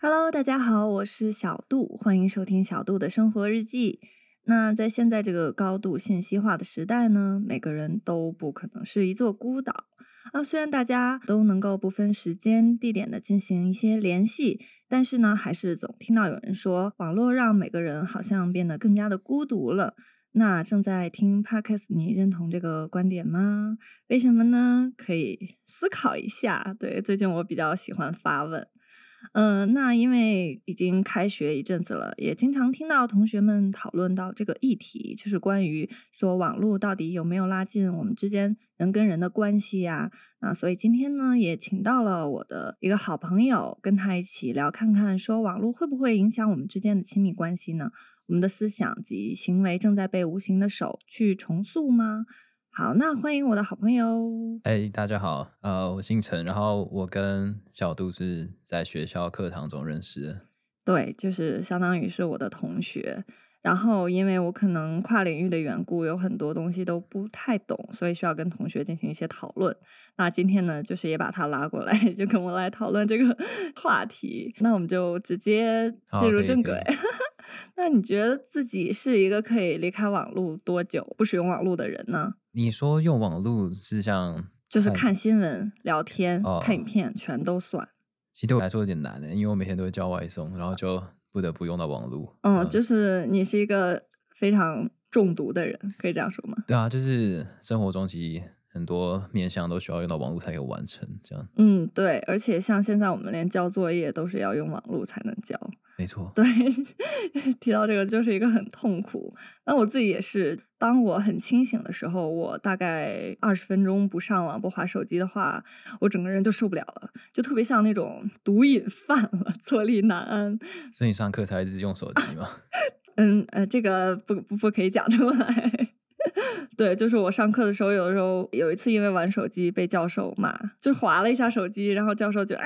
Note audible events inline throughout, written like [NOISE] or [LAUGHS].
Hello，大家好，我是小杜，欢迎收听小杜的生活日记。那在现在这个高度信息化的时代呢，每个人都不可能是一座孤岛啊。虽然大家都能够不分时间、地点的进行一些联系，但是呢，还是总听到有人说，网络让每个人好像变得更加的孤独了。那正在听 podcast，你认同这个观点吗？为什么呢？可以思考一下。对，最近我比较喜欢发问。嗯、呃，那因为已经开学一阵子了，也经常听到同学们讨论到这个议题，就是关于说网络到底有没有拉近我们之间人跟人的关系呀、那所以今天呢，也请到了我的一个好朋友，跟他一起聊看看，说网络会不会影响我们之间的亲密关系呢？我们的思想及行为正在被无形的手去重塑吗？好，那欢迎我的好朋友。哎、大家好，呃，我姓陈，然后我跟小杜是在学校课堂中认识的。对，就是相当于是我的同学。然后，因为我可能跨领域的缘故，有很多东西都不太懂，所以需要跟同学进行一些讨论。那今天呢，就是也把他拉过来，就跟我来讨论这个话题。那我们就直接好进入哦可以正可轨以。 [LAUGHS] 那你觉得自己是一个可以离开网络多久不使用网络的人呢？你说用网络是像，就是看新闻、聊天、哦看影片，全都算。嗯其实对我来说有点难欸的，因为我每天都会叫外送，然后就不得不用到网络。嗯，就是你是一个非常中毒的人，可以这样说吗？对啊，就是生活中其实很多面向都需要用到网络才可以完成，这样嗯，对，而且像现在我们连交作业都是要用网络才能交。没错。对， [LAUGHS] 提到这个就是一个很痛苦。那我自己也是，当我很清醒的时候，我大概二十分钟不上网不划手机的话，我整个人就受不了了，就特别像那种毒瘾犯了，坐立难安。所以你上课才一直用手机嘛？嗯呃，这个不不不可以讲出来。 [LAUGHS] 对，就是我上课的时候，有的时候有一次因为玩手机被教授骂，就划了一下手机，然后教授就啊，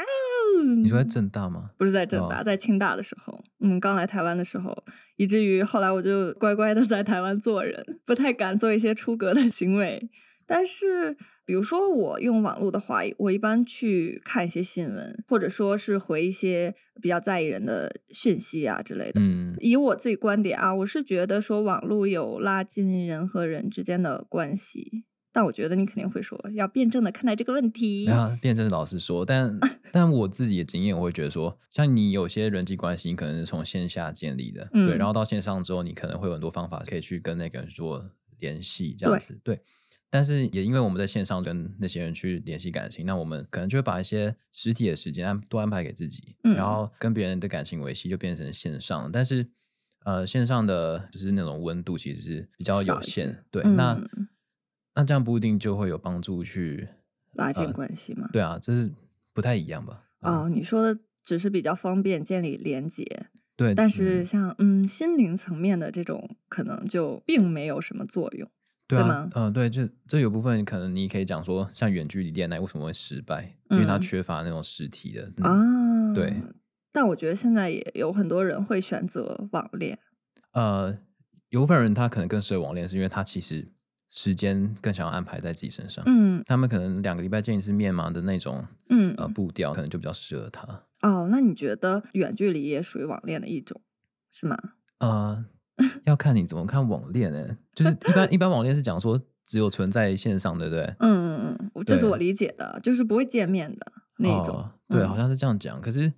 你说在正大吗？不是在正大，哦在清大的时候，嗯，刚来台湾的时候，以至于后来我就乖乖的在台湾做人，不太敢做一些出格的行为。但是，比如说我用网络的话，我一般去看一些新闻，或者说是回一些比较在意人的讯息啊之类的。嗯，以我自己观点啊，我是觉得说网络有拉近人和人之间的关系，但我觉得你肯定会说要辩证的看待这个问题。然后变成老师 [LAUGHS] 说，但但我自己的经验，我会觉得说，像你有些人际关系，你可能是从线下建立的，嗯对，然后到线上之后，你可能会有很多方法可以去跟那个人做联系，这样子，对。但是也因为我们在线上跟那些人去联系感情，那我们可能就会把一些实体的时间安多安排给自己，嗯然后跟别人的感情维系就变成线上，但是。呃，线上的就是那种温度其实是比较少有一些限，对，嗯那那这样不一定就会有帮助去拉近呃关系嘛。对啊，这是不太一样吧？嗯哦，你说的只是比较方便建立连接，对，但是嗯像嗯心灵层面的这种，可能就并没有什么作用。对对啊吗，嗯、对，这这有部分可能你可以讲说，像远距离恋爱为什么会失败，因为它嗯缺乏那种实体的、嗯啊，对。但我觉得现在也有很多人会选择网恋，呃，有部分人他可能更适合网恋，是因为他其实时间更想要安排在自己身上。嗯他们可能两个礼拜见一次面嘛的那种嗯，呃步调，可能就比较适合他。哦，那你觉得远距离也属于网恋的一种，是吗？呃，要看你怎么看网恋呢、欸 [LAUGHS] 就是一般一般网恋是讲说只有存在线上，对不对？嗯嗯嗯，我这是对我理解的，就是不会见面的那一种。哦对，嗯好像是这样讲。可是，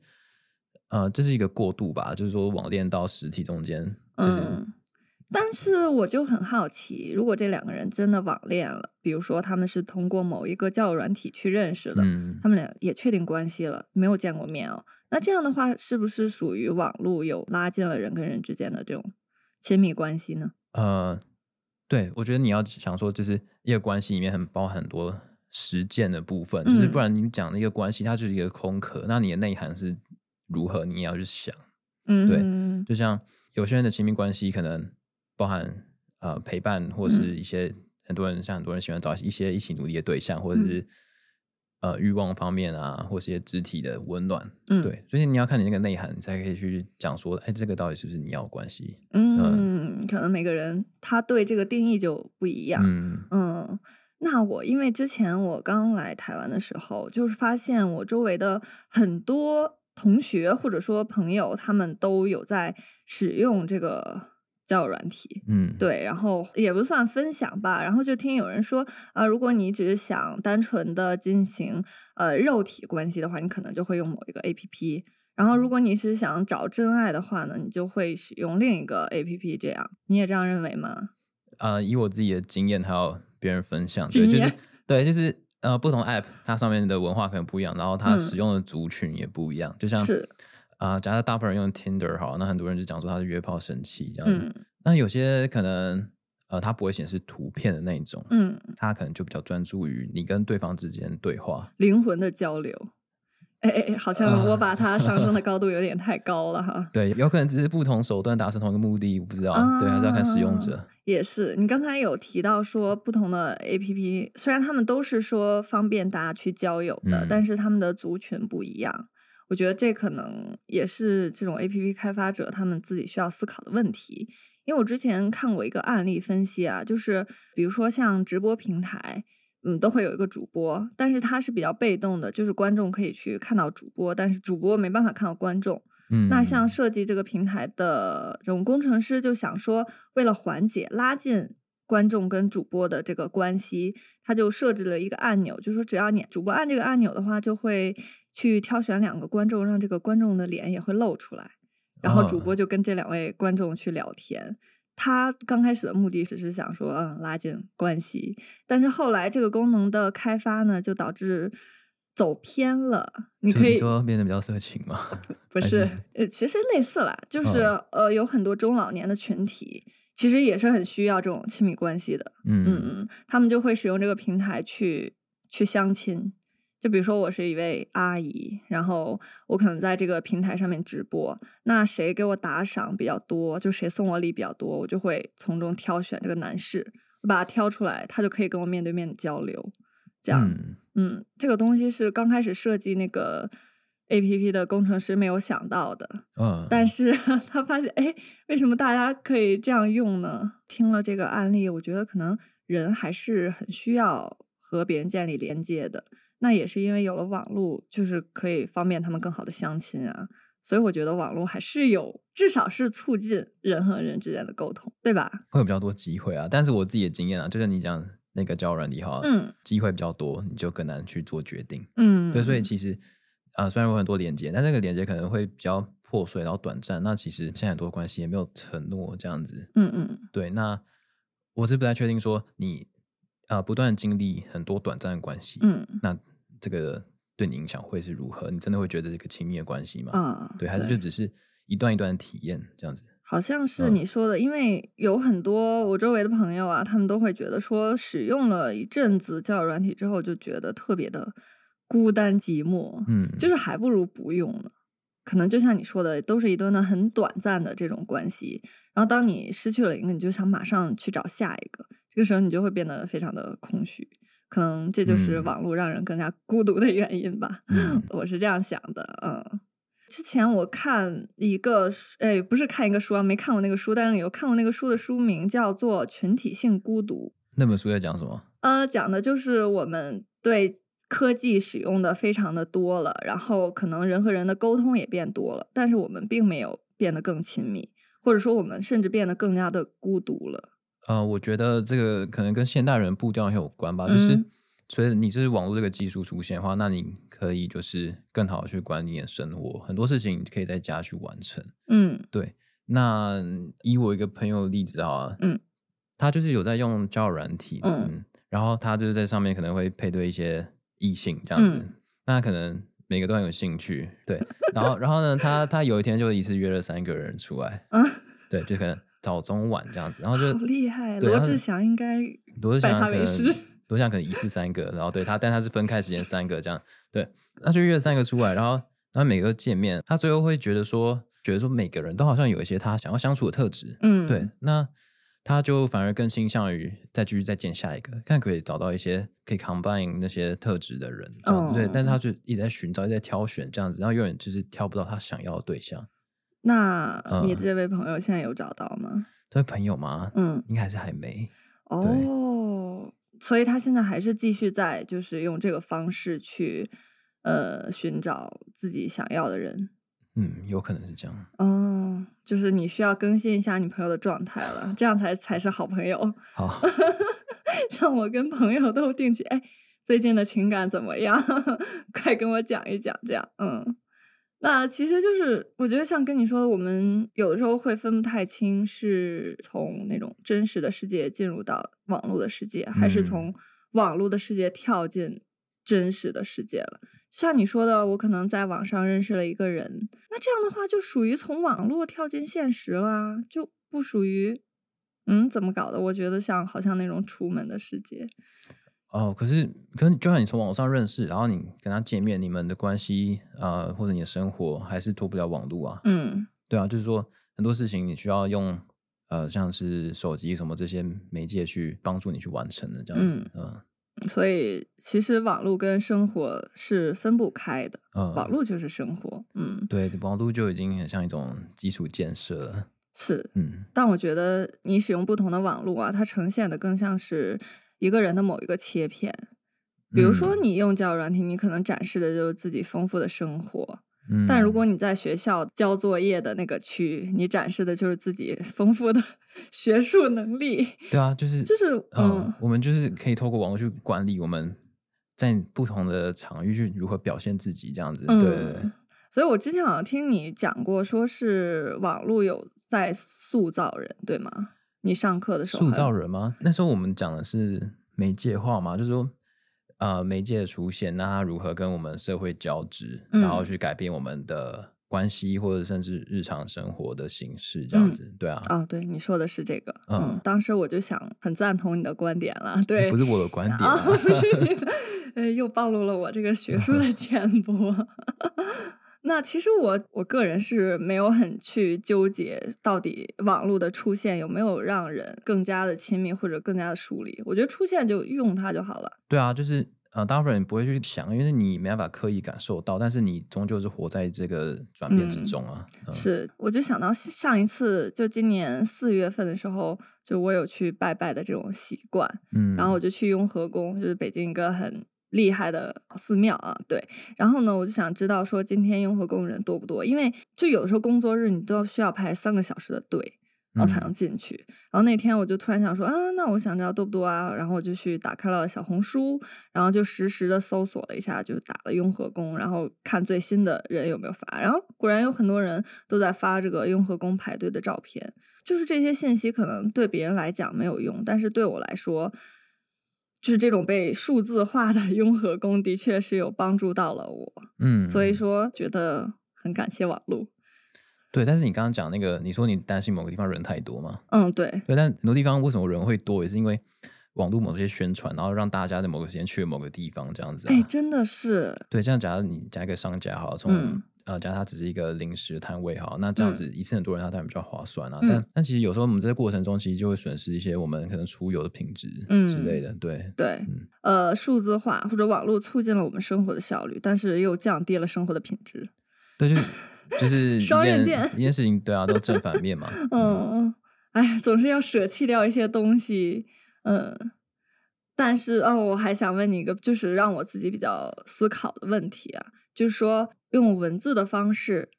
呃，这是一个过渡吧，就是说网恋到实体中间，哦就是、嗯，但是我就很好奇，如果这两个人真的网恋了，比如说他们是通过某一个交友软体去认识的，嗯他们俩也确定关系了，没有见过面哦，那这样的话是不是属于网络有拉近了人跟人之间的这种亲密关系呢？呃，对，我觉得你要想说，就是一个关系里面很包含很多实践的部分，就是嗯不然你讲的一个关系，它就是一个空壳，那你的内涵是如何，你也要去想。对嗯，就像有些人的亲密关系可能包含呃陪伴，或嗯是一些、很多人像很多人喜欢找一些一起努力的对象，或者嗯是、呃欲望方面啊，或是一些肢体的温暖。嗯对，所以你要看你那个内涵，你才可以去讲说，哎，这个到底是不是你要的关系？嗯，可能每个人他对这个定义就不一样。嗯嗯，那我因为之前我刚来台湾的时候，就是发现我周围的很多同学或者说朋友，他们都有在使用这个交友软体。嗯，对，然后也不算分享吧，然后就听有人说啊、如果你只是想单纯的进行呃肉体关系的话，你可能就会用某一个 A P P，然后如果你是想找真爱的话呢，你就会使用另一个 A P P，这样你也这样认为吗？呃，以我自己的经验还有别人分享，经对，就是验对，就是呃，不同 app 它上面的文化可能不一样，然后它嗯使用的族群也不一样，就像是，啊、假设大部分人用 Tinder 好，那很多人就讲说他是约炮神器这样子，嗯那有些可能呃，它不会显示图片的那一种，嗯，它可能就比较专注于你跟对方之间的对话，灵魂的交流。哎哎，哎，好像我把它上升的高度有点太高了哈。对，有可能只是不同手段达成同一个目的，我不知道，啊对，还是要看使用者。也是，你刚才有提到说不同的 A P P，虽然他们都是说方便大家去交友的，嗯但是他们的族群不一样。我觉得这可能也是这种 A P P 开发者他们自己需要思考的问题。因为我之前看过一个案例分析啊，就是比如说像直播平台，嗯，都会有一个主播，但是他是比较被动的，就是观众可以去看到主播，但是主播没办法看到观众。嗯，那像设计这个平台的这种工程师就想说，为了缓解拉近观众跟主播的这个关系，他就设置了一个按钮，就说只要你主播按这个按钮的话，就会去挑选两个观众，让这个观众的脸也会露出来，然后主哦播就跟这两位观众去聊天。他刚开始的目的只是想说，嗯，拉近关系，但是后来这个功能的开发呢，就导致走偏了。你就可以你说变得比较色情嘛？不还是是，呃，其实类似啦，就是、嗯呃，有很多中老年的群体，其实也是很需要这种亲密关系的。嗯嗯嗯，他们就会使用这个平台去去相亲。就比如说，我是一位阿姨，然后我可能在这个平台上面直播，那谁给我打赏比较多，就谁送我礼比较多，我就会从中挑选这个男士，我把他挑出来，他就可以跟我面对面交流。这样，嗯嗯，这个东西是刚开始设计那个 A P P 的工程师没有想到的，嗯，但是 [LAUGHS] 他发现，哎，为什么大家可以这样用呢？听了这个案例，我觉得可能人还是很需要和别人建立连接的。那也是因为有了网络，就是可以方便他们更好的相亲啊。所以我觉得网络还是有，至少是促进人和人之间的沟通，对吧？会有比较多机会啊。但是我自己的经验啊，就是你讲那个交友软体哈，嗯机会比较多，你就更难去做决定。嗯，对，所以其实啊、呃虽然有很多连接，但这个连接可能会比较破碎，然后短暂。那其实现在很多关系也没有承诺这样子。嗯嗯对，那我是不太确定说你啊、呃不断地经历很多短暂的关系，嗯那这个对你影响会是如何？你真的会觉得这个亲密的关系吗？啊，对，还是就只是一段一段的体验这样子？好像是嗯你说的，因为有很多我周围的朋友啊，他们都会觉得说，使用了一阵子交友软体之后，就觉得特别的孤单寂寞，嗯，就是还不如不用呢。可能就像你说的，都是一段的很短暂的这种关系，然后当你失去了一个，你就想马上去找下一个，这个时候你就会变得非常的空虚。可能这就是嗯网络让人更加孤独的原因吧。嗯 [LAUGHS] 我是这样想的，嗯。之前我看一个书，哎，不是看一个书啊，没看过那个书，但是有看过那个书的书名叫做《群体性孤独》，那本书在讲什么？呃，讲的就是我们对科技使用的非常的多了，然后可能人和人的沟通也变多了，但是我们并没有变得更亲密，或者说我们甚至变得更加的孤独了。呃，我觉得这个可能跟现代人步调很有关吧，就是嗯随着你这是网络这个技术出现的话，那你可以就是更好的去管理你的生活，很多事情你可以在家去完成。嗯对，那以我一个朋友的例子啊，嗯，他就是有在用交友软体，嗯然后他就是在上面可能会配对一些异性这样子，嗯那可能每个都很有兴趣，对，然后然后呢，他他有一天就一次约了三个人出来，啊，对，就可能早中晚这样子，然后好就厉害！啊对罗他志是祥应该罗志拜祥他可为能师 [LAUGHS] 罗志祥可能一次三个，然后对他，但他是分开时间三个这样，对，他就约了三个出来，然后然后每个都见面，他最后会觉得说，觉得说每个人都好像有一些他想要相处的特质，嗯对，那他就反而更倾向于再继续再见下一个，看可不可以找到一些可以 combine 那些特质的人，这样子、对哦，但他就一直在寻找，一直在挑选这样子，然后永远就是挑不到他想要的对象。那你嗯这位朋友现在有找到吗？这位朋友吗？嗯，应该还是还没，对哦，所以他现在还是继续在就是用这个方式去呃寻找自己想要的人。嗯，有可能是这样。哦，就是你需要更新一下你朋友的状态了，这样才才是好朋友。好， [LAUGHS] 像我跟朋友都定期，哎，最近的情感怎么样？ [LAUGHS] 快跟我讲一讲，这样，嗯。那其实就是我觉得像跟你说的，我们有的时候会分不太清，是从那种真实的世界进入到网络的世界，还是从网络的世界跳进真实的世界了。像你说的，我可能在网上认识了一个人，那这样的话就属于从网络跳进现实啦，就不属于嗯怎么搞的？我觉得像好像那种楚门的世界，哦，可是可是，就算你从网上认识，然后你跟他见面，你们的关系啊、呃或者你的生活还是脱不了网络啊。嗯对啊，就是说很多事情你需要用呃，像是手机什么这些媒介去帮助你去完成的这样子。嗯所以其实网络跟生活是分不开的，嗯，网络就是生活，嗯对网络就已经很像一种基础建设了。是嗯但我觉得你使用不同的网络啊，它呈现的更像是一个人的某一个切片。比如说，嗯你用交友软体，你可能展示的就是自己丰富的生活；嗯，但如果你在学校交作业的那个区，你展示的就是自己丰富的 [LAUGHS] 学术能力。对啊，就是就是嗯嗯，我们就是可以透过网络去管理我们在不同的场域去如何表现自己这样子。对对对嗯，所以我之前好像听你讲过，说是网络有在塑造人，对吗？你上课的时候塑还造人吗？那时候我们讲的是媒介化嘛，就是说，呃，媒介的出现，那它如何跟我们社会交织，嗯然后去改变我们的关系，或者甚至日常生活的形式，这样子，对啊，哦，对，你说的是这个，嗯哎嗯，当时我就想很赞同你的观点了，对，不是我的观点、啊，啊， [LAUGHS] 不是你的，呃，又暴露了我这个学术的浅薄。 [LAUGHS] 那其实我我个人是没有很去纠结到底网络的出现有没有让人更加的亲密或者更加的疏离。我觉得出现就用它就好了。对啊，就是呃，大部分人不会去想，因为你没办法刻意感受到，但是你终究是活在这个转变之嗯中啊。嗯是，我就想到上一次就今年四月份的时候，就我有去拜拜的这种习惯，嗯，然后我就去雍和宫，就是北京一个很厉害的寺庙啊。对，然后呢，我就想知道说今天雍和宫人多不多，因为就有时候工作日你都要需要排三个小时的队。然后才嗯能进去。然后那天我就突然想说，啊，那我想知道多不多啊？然后我就去打开了小红书，然后就实时的搜索了一下，就打了雍和宫，然后看最新的人有没有发。然后果然有很多人都在发这个雍和宫排队的照片。就是这些信息可能对别人来讲没有用，但是对我来说，就是这种被数字化的雍和宫的确是有帮助到了我，嗯，所以说觉得很感谢网络。对，但是你刚刚讲那个，你说你担心某个地方人太多嘛？嗯，对，对，但很多地方为什么人会多，也是因为网络某些宣传，然后让大家在某个时间去某个地方这样子、啊。哎，真的是，对，这样假如你加一个商家好了，从、嗯呃，假如它只是一个临时摊位好了，那这样嗯子一次很多人，它当然比较划算啊。嗯但但其实有时候我们在过程中，其实就会损失一些我们可能出游的品质之嗯类的。对，对嗯，呃，数字化或者网络促进了我们生活的效率，但是又降低了生活的品质。对，就是 [LAUGHS] [LAUGHS] 就是一双刃件剑一件事情，对啊，都正反面嘛。嗯， [LAUGHS] 嗯，哎，总是要舍弃掉一些东西，嗯。但是哦，我还想问你一个，就是让我自己比较思考的问题啊，就是说用文字的方式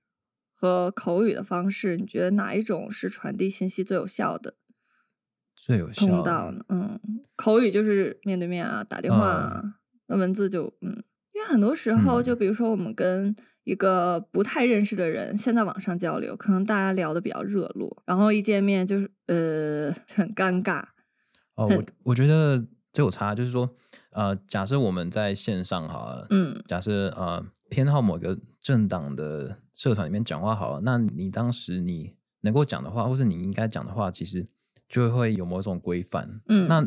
和口语的方式，你觉得哪一种是传递信息最有效的最有效通道呢？嗯，口语就是面对面啊，打电话啊、那文字就嗯，因为很多时候，就嗯比如说我们跟一个不太认识的人，现在网上交流，可能大家聊的比较热络，然后一见面就是呃 [LAUGHS] 很尴尬， [LAUGHS] 哦，我我觉得这有差，就是说，呃，假设我们在线上好了，嗯假设呃偏好某个政党的社团里面讲话好了，那你当时你能够讲的话，或是你应该讲的话，其实就会有某种规范。嗯那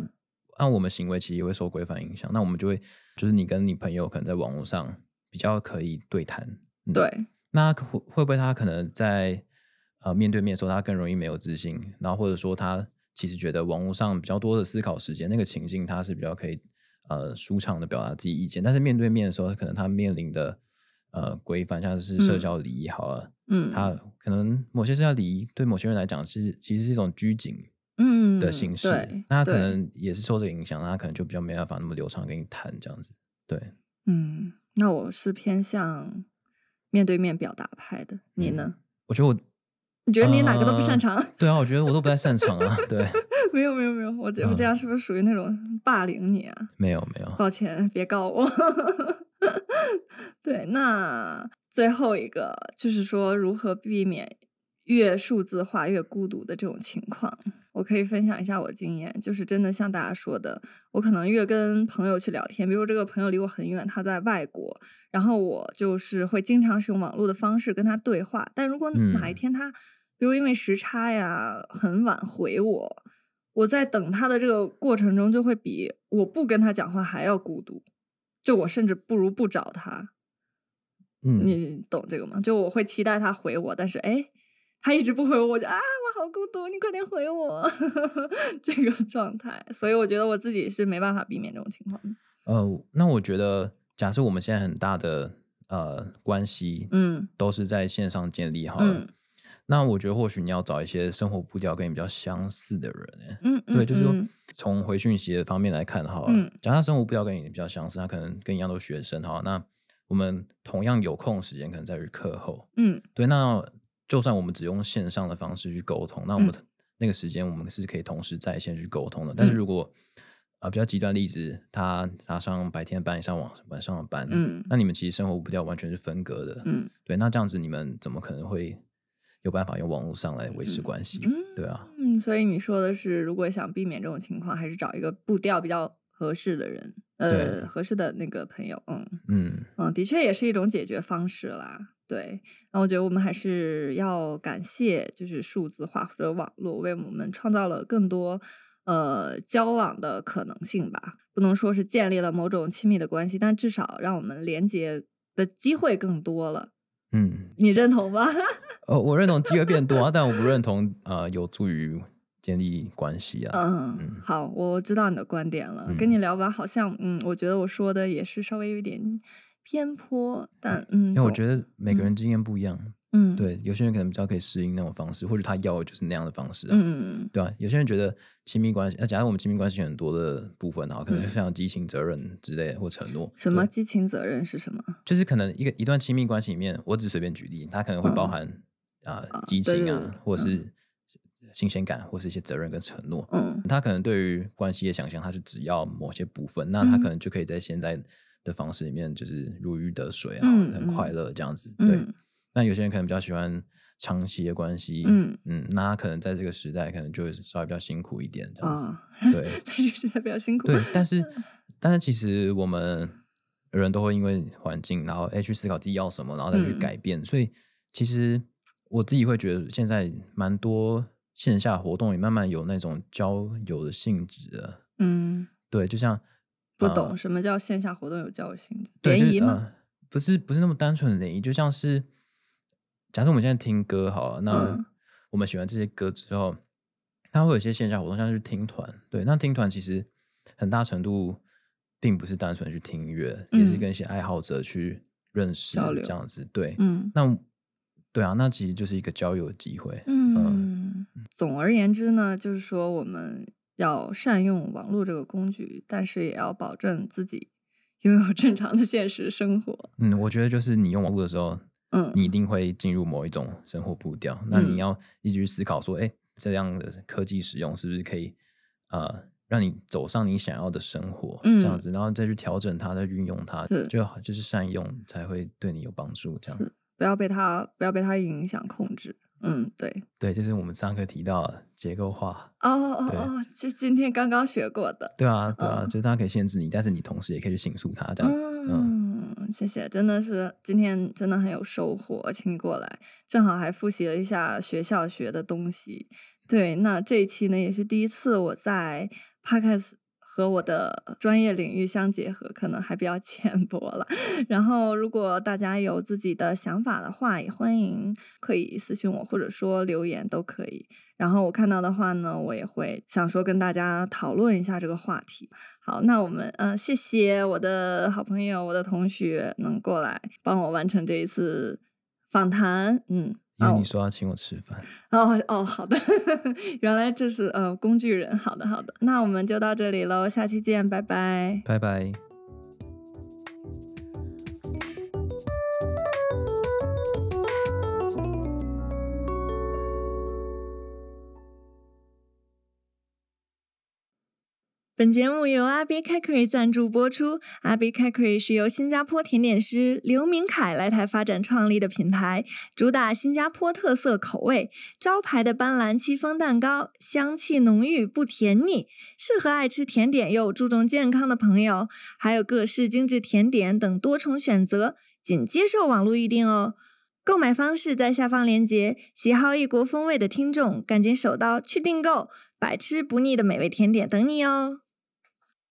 按我们行为其实也会受规范影响，那我们就会就是你跟你朋友可能在网络上比较可以对谈。嗯、，对，那可会会不会他可能在呃面对面的时候，他更容易没有自信，然后或者说他其实觉得网络上比较多的思考时间，那个情境他是比较可以呃舒畅的表达自己意见，但是面对面的时候，可能他面临的呃规范，像是社嗯交礼仪好了，嗯，他可能某些社交礼仪对某些人来讲是其实是一种拘谨嗯的形式，对那他可对能也是受这个影响，那他可能就比较没办法那么流畅跟你谈这样子，对，嗯，那我是偏向面对面表达派的，你呢？我觉得我你觉得你哪个都不擅长？[LAUGHS] 嗯呃对啊，我觉得我都不太擅长啊。 [LAUGHS] 对，没有没有没有，我觉得这嗯样是不是属于那种霸凌你啊？没有没有，抱歉，别告我。 [LAUGHS] 对，那最后一个就是说如何避免越数字化越孤独的这种情况。我可以分享一下我经验，就是真的像大家说的，我可能越跟朋友去聊天，比如这个朋友离我很远，他在外国，然后我就是会经常使用网络的方式跟他对话。但如果嗯哪一天他，比如因为时差呀很晚回我，我在等他的这个过程中，就会比我不跟他讲话还要孤独。就我甚至不如不找他，[LAUGHS] 嗯，你懂这个吗？就我会期待他回我，但是哎，他一直不回我，我就啊，我好孤独，你快点回我， [LAUGHS] 这个状态。所以我觉得我自己是没办法避免这种情况的。呃，那我觉得，假设我们现在很大的呃关系，嗯都是在线上建立好了。嗯那我觉得或许你要找一些生活步调跟你比较相似的人、欸，嗯，对，就是说嗯从回讯息的方面来看好了，嗯假设他生活步调跟你比较相似，他可能跟你一样都是学生哈，那我们同样有空时间可能在于课后，嗯对，那就算我们只用线上的方式去沟通，那我们嗯那个时间我们是可以同时在线去沟通的，但是嗯如果啊、呃比较极端例子，他他上白天班，你上晚晚上的班，嗯那你们其实生活步调完全是分隔的，嗯对，那这样子你们怎么可能会有办法用网络上来维持关系？嗯对啊，嗯，所以你说的是，如果想避免这种情况，还是找一个步调比较合适的人，对呃，合适的那个朋友，嗯。嗯，嗯，的确也是一种解决方式啦。对，那我觉得我们还是要感谢，就是数字化或者网络为我们创造了更多呃交往的可能性吧。不能说是建立了某种亲密的关系，但至少让我们连接的机会更多了。嗯，你认同吗？ [LAUGHS] 哦，我认同机会变多啊，但我不认同啊、呃有助于建立关系啊。嗯嗯，好，我知道你的观点了。跟你聊完，好像嗯，我觉得我说的也是稍微有一点偏颇，但嗯，因为我总觉得每个人经验不一样，嗯，对，有些人可能比较可以适应那种方式，或者他要的就是那样的方式、啊，嗯，对啊，有些人觉得亲密关系，那假如我们亲密关系很多的部分啊，可能像激情、责任之类的或承诺，嗯什么激情责任是什么？就是可能一个一段亲密关系里面，我只随便举例，它可能会包嗯含啊、啊激对情对啊，对或者是新鲜感，或是一些责任跟承诺。嗯，他可能对于关系的想象，他是只要某些部分，那嗯他可能就可以在现在的方式里面，就是如鱼得水啊，嗯很快乐这样子。对，嗯那有些人可能比较喜欢长期的关系，嗯那他可能在这个时代，可能就会稍微比较辛苦一点这样子。啊，对， [LAUGHS] 但是现在比较辛苦。对，但是但是其实我们人都会因为环境，然后哎去思考自己要什么，然后再去嗯改变。所以其实我自己会觉得，现在蛮多线下活动也慢慢有那种交友的性质的。嗯，对，就像不懂什么叫线下活动有教育性质，对，就联是谊吗？呃不是不是那么单纯的联谊，就像是假设我们现在听歌好了，那嗯我们喜欢这些歌之后，它会有一些线下活动，像是听团。对，那听团其实很大程度并不是单纯去听音乐，也是嗯跟一些爱好者去认识交流这样子。对，嗯那对啊，那其实就是一个交友的机会。嗯。总而言之呢，就是说我们要善用网络这个工具，但是也要保证自己 [LAUGHS] 拥有正常的现实生活。嗯，我觉得就是你用网络的时候，嗯你一定会进入某一种生活步调。那嗯你要一直去思考说，哎、这样的科技使用是不是可以呃让你走上你想要的生活、这样嗯子，然后再去调整它，再运用它，是就好就是善用才会对你有帮助。这样不要被它不要被它影响控制。嗯，对。对，就是我们上课提到的结构化，哦哦对哦，这今天刚刚学过的。对啊，对啊，嗯就是它可以限制你，但是你同时也可以去形塑它，这样子，嗯嗯，谢谢，真的是今天真的很有收获，请你过来，正好还复习了一下学校学的东西。对，那这一期呢也是第一次我在 podcast 和我的专业领域相结合，可能还比较浅薄了。然后，如果大家有自己的想法的话，也欢迎可以私信我，或者说留言都可以。然后我看到的话呢，我也会想说跟大家讨论一下这个话题。好，那我们呃，谢谢我的好朋友，我的同学能过来帮我完成这一次访谈。嗯，因为哦你说要请我吃饭，哦哦，好的， [LAUGHS] 原来这是呃工具人。好的好的，那我们就到这里喽，下期见，拜拜。拜拜。本节目由阿 B Cakery 赞助播出。阿 B Cakery 是由新加坡甜点师刘明凯来台发展创立的品牌，主打新加坡特色口味，招牌的斑斓戚风蛋糕，香气浓郁不甜腻，适合爱吃甜点又注重健康的朋友。还有各式精致甜点等多重选择，仅接受网络预订哦。购买方式在下方链接。喜好异国风味的听众，赶紧手刀去订购，百吃不腻的美味甜点等你哦！